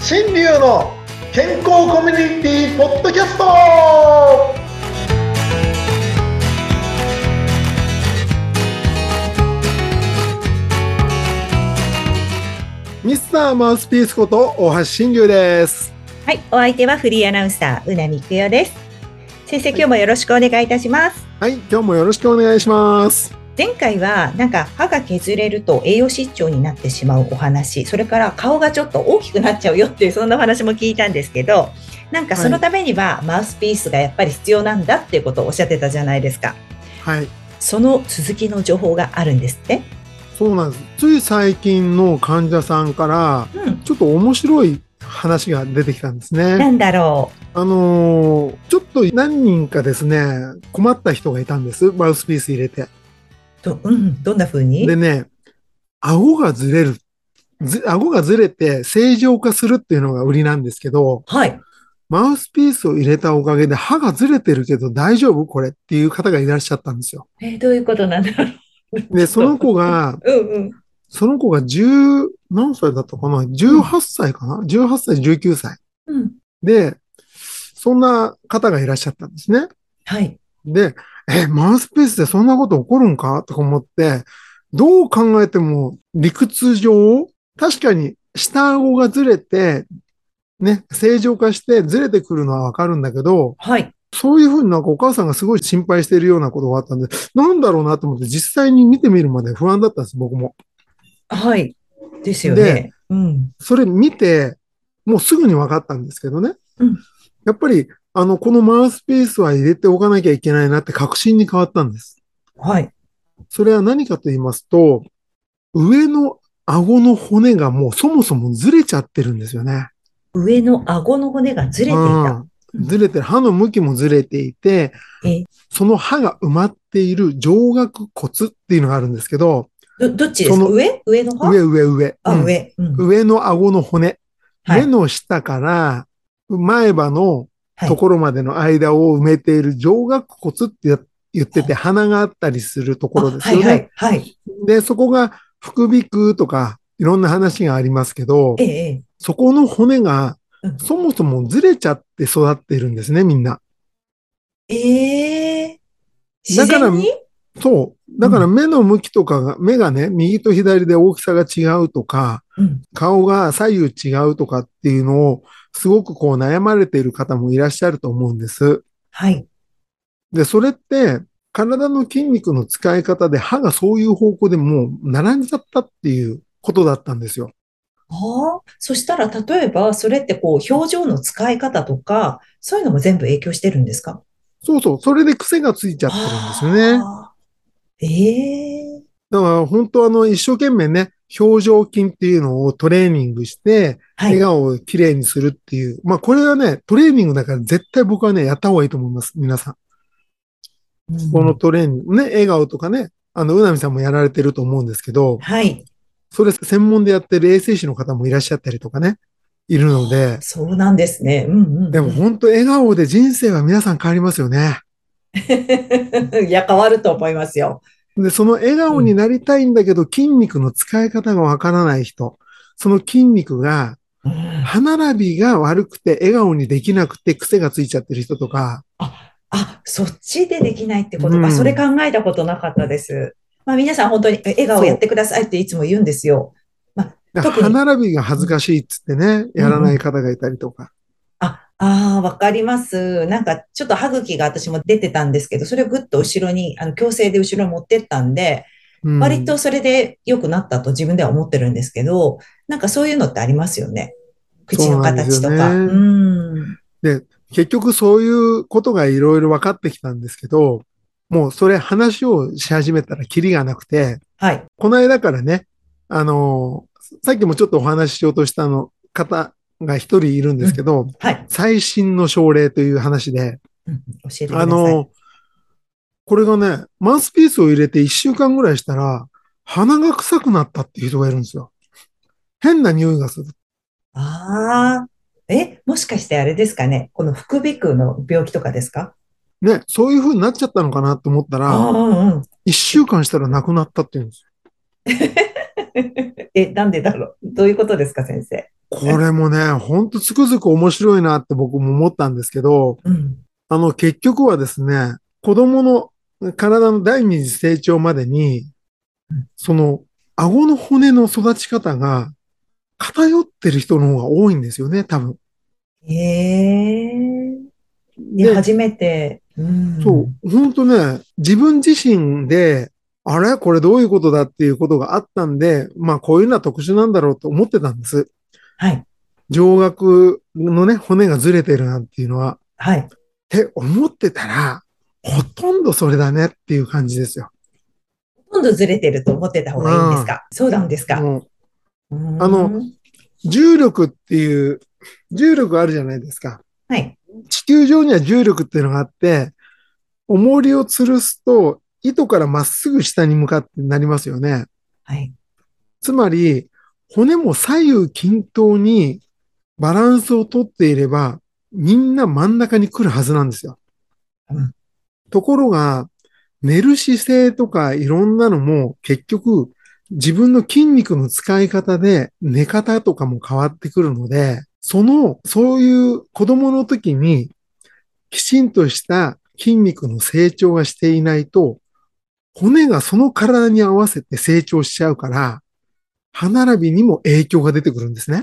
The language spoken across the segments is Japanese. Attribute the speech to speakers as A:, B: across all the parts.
A: 新流の健康コミュニティポッドキャストは
B: ミスターマウスピースこと大橋新流です。
C: はい、お相手はフリーアナウンサー、うなみくよです。先生、今日もよろしくお願いいたします。
B: はい、今日もよろしくお願いします。
C: 前回は、なんか歯が削れると栄養失調になってしまうお話、それから顔がちょっと大きくなっちゃうよっていう、そんなお話も聞いたんですけど、なんかそのためには、マウスピースがやっぱり必要なんだっていうことをおっしゃってたじゃないですか。
B: はい、
C: その続きの情報があるんですって。
B: そうなんです。つい最近の患者さんから、
C: うん。
B: ちょっと面白い話が出てきたんです
C: な
B: ね。
C: んだろ
B: あのーちょっと何人かですね、困った人がいたんです。マウスピース入れて。
C: う。ど、うん、どんな風に
B: でね、顎がずれる。ず顎がずれて正常化するっていうのが売りなんですけど、
C: はい。
B: マウスピースを入れたおかげで歯がずれてるけど大丈夫これっていう方がいらっしゃったんですよ。
C: えーどういうことなんだろう。
B: で、その子 が、
C: うんうん。
B: その子が10、何歳だったかな ?18 歳かな ?18 歳、19歳。
C: うん。
B: で、そんな方がいらっしゃったんですね。
C: はい。
B: で、え、マウスピースでそんなこと起こるんかとか思って、どう考えても理屈上、確かに下顎がずれて、ね、正常化してずれてくるのはわかるんだけど、
C: はい。
B: そういうふうになんかお母さんがすごい心配しているようなことがあったんで、なんだろうなと思って実際に見てみるまで不安だったんです、僕も。
C: はい。ですよ
B: で
C: ね。うん。
B: それ見て、もうすぐに分かったんですけどね。
C: うん
B: やっぱり、あの、このマウスピースは入れておかなきゃいけないなって確信に変わったんです。
C: はい。
B: それは何かと言いますと、上の顎の骨がもうそもそもずれちゃってるんですよね。
C: 上の顎の骨がずれていた。
B: うんずれてる。歯の向きもずれていて
C: え、
B: その歯が埋まっている上顎骨っていうのがあるんですけど、
C: ど、どっちです
B: そ
C: か
B: の
C: 上上の歯
B: 上上上。
C: あ、
B: うん
C: 上。うん。
B: 上の顎の骨。
C: はい
B: 目の下から前歯の
C: はい
B: ところまでの間を埋めている上顎骨ってや言ってて、鼻があったりするところですよね。
C: あはいはい。はい。
B: で、そこが副鼻腔とかいろんな話がありますけど
C: え、え。
B: そこの骨が
C: うん
B: そもそもずれちゃって育っているんですね、みんな。
C: ええ。
B: だ
C: 自
B: から
C: 然に
B: そう。だから目の向きとかが、目がね、右と左で大きさが違うとか、
C: うん。
B: 顔が左右違うとかっていうのを、すごくこう悩まれている方もいらっしゃると思うんです。
C: はい。
B: で、それって、体の筋肉の使い方で歯がそういう方向でもう並んじゃったっていうことだったんですよ。
C: ああ。そしたら、例えば、それってこう、表情の使い方とか、そういうのも全部影響してるんですか
B: そうそう、それで癖がついちゃってるんですよね。
C: あーええ。
B: だから本当あの、一生懸命ね、表情筋っていうのをトレーニングして、
C: は
B: 笑
C: い。
B: 顔をきれいにするっていう。まあこれはね、トレーニングだから絶対僕はね、やった方がいいと思います。皆さん。
C: うん
B: このトレーニング、ね、笑顔とかね、あの、うなみさんもやられてると思うんですけど、
C: はい。
B: それ専門でやってる衛生士の方もいらっしゃったりとかね、いるので、
C: そうなんですね。うんうんうん。
B: でも本当笑顔で人生は皆さん変わりますよね。
C: いや、変わると思いますよ。
B: で、その笑顔になりたいんだけど、筋肉の使い方がわからない人、その筋肉が、
C: うん
B: 歯並びが悪くて笑顔にできなくて癖がついちゃってる人とか、
C: あ、そっちでできないってこと
B: う
C: か。
B: ん
C: それ考えたことなかったです。まあ皆さん本当にえ笑顔やってくださいっていつも言うんですよ。
B: だ
C: 特に
B: 歯並びが恥ずかしいっつってね、やらない方がいたりとか。
C: あ、ああ、わかります。なんかちょっと歯茎が私も出てたんですけど、それをぐっと後ろに、あの、矯正で後ろに持ってったんで、
B: うん
C: 割とそれで良くなったと自分では思ってるんですけど、なんかそういうのってありますよね。口の形
B: そ
C: と
B: うな
C: か。
B: んですよ
C: うん。
B: 結局そういうことがいろいろ分かってきたんですけど、もうそれ話をし始めたらキリがなくて、
C: はい。
B: この間からね、あのーさっきもちょっとお話ししようとしたあの方が一人いるんですけど、
C: はい。
B: 最新の症例という話で、
C: うん教えてください。
B: あのーこれがね、マウスピースを入れて一週間ぐらいしたら、鼻が臭くなったっていう人がいるんですよ。変な匂いがする。
C: ああ、え、もしかしてあれですかね、この副鼻腔の病気とかですか
B: ね、そういう風になっちゃったのかなと思った
C: あ
B: ら、
C: あ、うん うん。
B: 一週間したらなくなったっていうんですよ
C: え、なんでだろう。どういうことですか、先生。
B: これもね、ほんとつくづく面白いなって僕も思ったんですけど、
C: うん。
B: あの、結局はですね、子供の体の第二次成長までに
C: うん、
B: その、顎の骨の育ち方が偏ってる人の方が多いんですよね、多分。
C: へえい
B: で
C: や、初めて。うん
B: そう、ほんとね、自分自身で、あれこれどういうことだっていうことがあったんで、まあこういうのは特殊なんだろうと思ってたんです。
C: はい。
B: 上顎のね、骨がずれてるなんていうのは。
C: はい。
B: って思ってたら、ほとんどそれだねっていう感じですよ。
C: ほとんどずれてると思ってた方がいいんですか、そうなんですか、
B: もう
C: うん
B: あの、重力っていう、重力あるじゃないですか。
C: はい。
B: 地球上には重力っていうのがあって、重りを吊るすと、糸からまっすぐ下に向かってなりますよね。
C: はい。
B: つまり、骨も左右均等にバランスをとっていれば、みんな真ん中に来るはずなんですよ。
C: うん
B: ところが、寝る姿勢とかいろんなのも結局自分の筋肉の使い方で寝方とかも変わってくるので、その、そういう子供の時にきちんとした筋肉の成長がしていないと、骨がその体に合わせて成長しちゃうから、歯並びにも影響が出てくるんですね。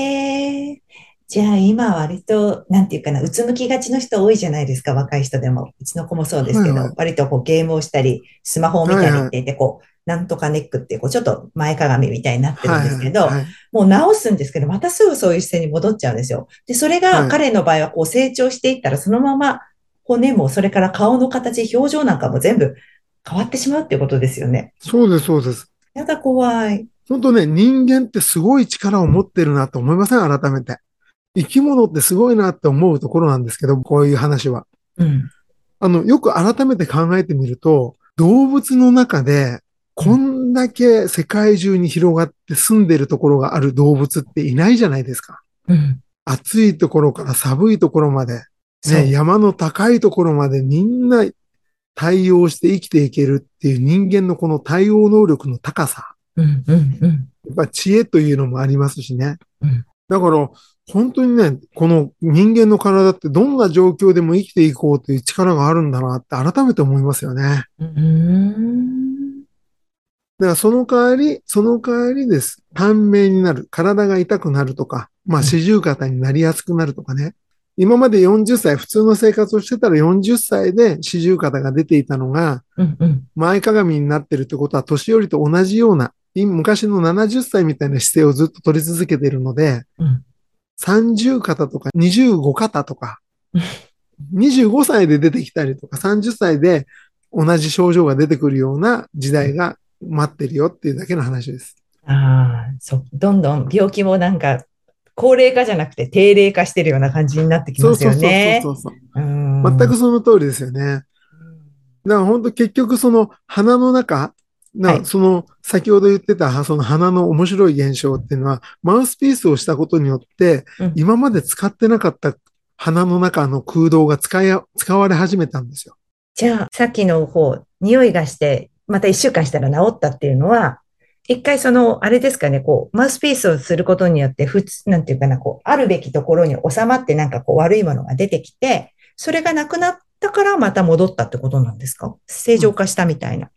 C: ええじゃあ今割と、なんていうかな、うつむきがちの人多いじゃないですか、若い人でも。うちの子もそうですけど、
B: はいはい
C: 割とこうゲームをしたり、スマホを見たり
B: はいはい
C: って言って、こう、なんとかネックって、こう、ちょっと前かがみみたいになってるんですけど、
B: はい。
C: もう直すんですけど、またすぐそういう姿勢に戻っちゃうんですよ。で、それ
B: は
C: が
B: い
C: 彼の場合はこう成長していったら、そのまま骨も、それから顔の形、表情なんかも全部変わってしまうっていうことですよね。
B: そうです、そうです。
C: やだ、怖い。
B: 本当ね、人間ってすごい力を持ってるなと思いません改めて。生き物ってすごいなって思うところなんですけど、こういう話は。
C: うん。
B: あの、よく改めて考えてみると、動物の中で、こんだけ世界中に広がって住んでるところがある動物っていないじゃないですか。
C: うん。
B: 暑いところから寒いところまで、
C: そう
B: ね、山の高いところまでみんな対応して生きていけるっていう人間のこの対応能力の高さ。
C: うん、うん、うん。
B: やっぱ知恵というのもありますしね。
C: うん
B: だから、本当にね、この人間の体ってどんな状況でも生きていこうという力があるんだなって改めて思いますよね。だか
C: うーん。
B: らその代わり、その代わりです。短命になる。体が痛くなるとか、まあ
C: うん
B: 四十肩になりやすくなるとかね。今まで40歳、普通の生活をしてたら40歳で四十肩が出ていたのが、
C: うんうん。
B: 前かがみになってるってことは年寄りと同じような、い昔の70歳みたいな姿勢をずっと取り続けているので、
C: うん
B: 30肩とか25肩とか
C: うん、
B: 25歳で出てきたりとか、30歳で同じ症状が出てくるような時代が待ってるよっていうだけの話です。
C: ああ、そう。どんどん病気もなんか、高齢化じゃなくて低齢化してるような感じになってき
B: そ
C: ま
B: う
C: す
B: そ
C: よ
B: うそう
C: ね。
B: そうそう。
C: 全
B: 全くその通りですよね。だから本当結局その鼻の中、な
C: はい
B: その先ほど言ってたはその鼻の面白い現象っていうのはマウスピースをしたことによって、
C: うん
B: 今まで使ってなかった鼻の中の空洞が使いや使われ始めたんですよ。
C: じゃあ、さっきの方、匂いがして、また一週間したら治ったっていうのは、一回その、あれですかね、こう、マウスピースをすることによって、普通、なんていうかな、こう、あるべきところに収まって、なんかこう、悪いものが出てきて、それがなくなったから、また戻ったってことなんですか正常化したみたいな。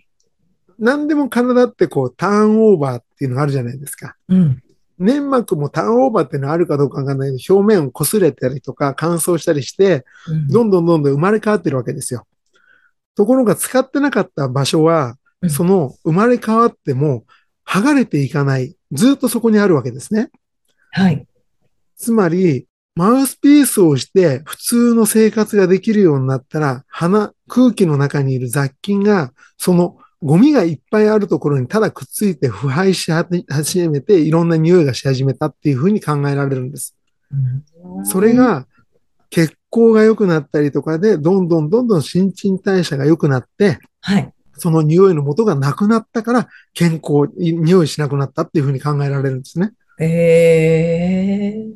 B: 何でも体ってこうターンオーバーっていうのがあるじゃないですか。
C: うん。
B: 粘膜もターンオーバーっていうのはあるかどうかわかんないけど、表面を擦れたりとか乾燥したりして、
C: うん
B: どんどんどんどん生まれ変わってるわけですよ。ところが使ってなかった場所は
C: う、ん
B: その生まれ変わっても剥がれていかない、ずっとそこにあるわけですね。
C: はい。
B: つまり、マウスピースをして普通の生活ができるようになったら、鼻、空気の中にいる雑菌が、そのゴミがいっぱいあるところにただくっついて腐敗し始めて、いろんな匂いがし始めたっていうふうに考えられるんです。それが血行が良くなったりとかで、どんどんどんどん新陳代謝が良くなって、
C: はい。
B: その匂いの元がなくなったから健康、い匂いしなくなったっていうふうに考えられるんですね。
C: えー。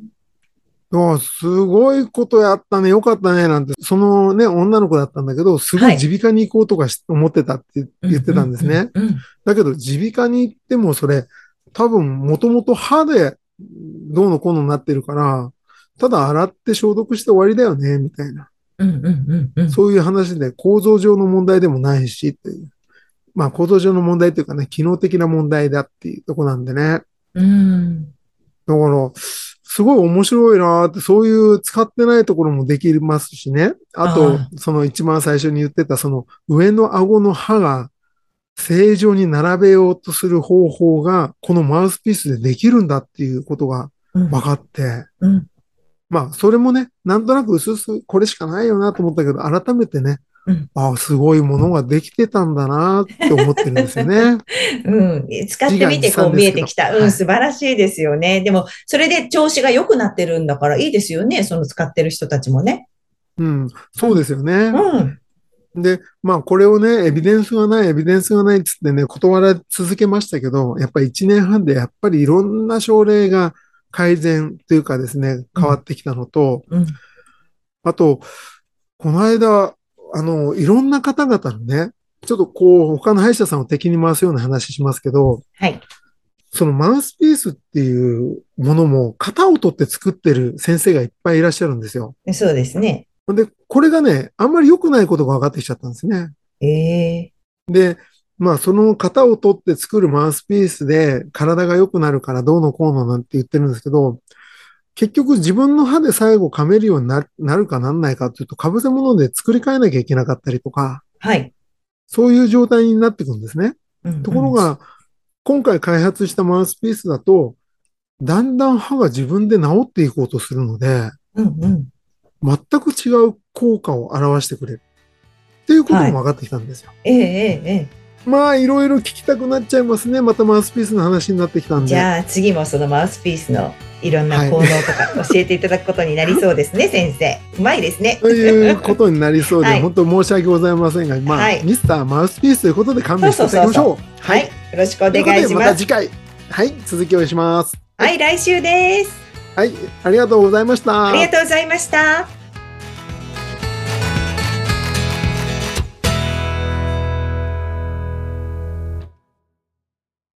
B: おーすごいことやったね、よかったね、なんて、そのね、女の子だったんだけど、すご
C: はいい
B: 耳鼻科に行こうとかし思ってたって言ってたんですね。
C: うん。うんうん
B: だけど、耳鼻科に行ってもそれ、多分もともと歯でどうのこうのになってるから、ただ洗って消毒して終わりだよね、みたいな。
C: うんうんうんうん。
B: そういう話で構造上の問題でもないし、っていう。まあ構造上の問題というかね、機能的な問題だっていうとこなんでね。
C: うん。
B: だから、すごい面白いなーって、そういう使ってないところもできますしね。あと、
C: あ
B: その一番最初に言ってた、その上の顎の歯が正常に並べようとする方法が、このマウスピースでできるんだっていうことが
C: うん
B: 分かって、
C: うん
B: まあ、それもね、なんとなく薄々これしかないよなと思ったけど、改めてね、
C: うん
B: ああ、すごいものができてたんだなーって思ってるんですよね。
C: うん、使ってみて
B: 自画自賛
C: こう見えてき
B: です
C: た。
B: けど
C: う
B: はい
C: ん、素晴らしいですよね。でも、それで調子が良くなってるんだからいいですよね。その使ってる人たちもね。
B: うん、そうですよね。
C: うん。
B: で、まあこれをね、エビデンスがない、エビデンスがないっつってね、断られ続けましたけど、やっぱり1年半でやっぱりいろんな症例が改善というかですね、変わってきたのと、
C: うん。
B: あと、この間、あの、いろんな方々のね、ちょっとこう、他の歯医者さんを敵に回すような話しますけど、
C: はい。
B: そのマウスピースっていうものも型を取って作ってる先生がいっぱいいらっしゃるんですよ。
C: そうですね。
B: で、これがね、あんまり良くないことが分かってきちゃったんですね。
C: ええ
B: で、まあ、その型を取って作るマウスピースで体が良くなるからどうのこうのなんて言ってるんですけど、結局自分の歯で最後噛めるようにななるかなんないかっていうと、被せ物で作り変えなきゃいけなかったりとか、
C: はい。
B: そういう状態になってくんですね。
C: うん
B: ところ、が、今回開発したマウスピースだと、だんだん歯が自分で治っていこうとするので、
C: うんうん。
B: 全く違う効果を表してくれる。っていうことも分かってきたんですよ。
C: えええええ
B: まあいろいろ聞きたくなっちゃいますね。またマウスピースの話になってきたん
C: え。
B: で。
C: じゃあ、次もそのマウスピースのいろん
B: はい
C: な効能とか教えていただくことになりそうです ね、先生。うまいですね。
B: ということになりそうで、
C: はい
B: 本当申し訳ございませんが、まあ、
C: はい
B: ミスターマウスピースということで勘弁していただきましょう。
C: そうはい。よろしくお
B: とい
C: 願
B: うこと
C: い
B: で
C: し
B: ま
C: ま
B: た
C: す。
B: 次回、はい、続きをします。
C: はい、来週です。
B: はい、ありがとうございました。
C: ありがとうございました。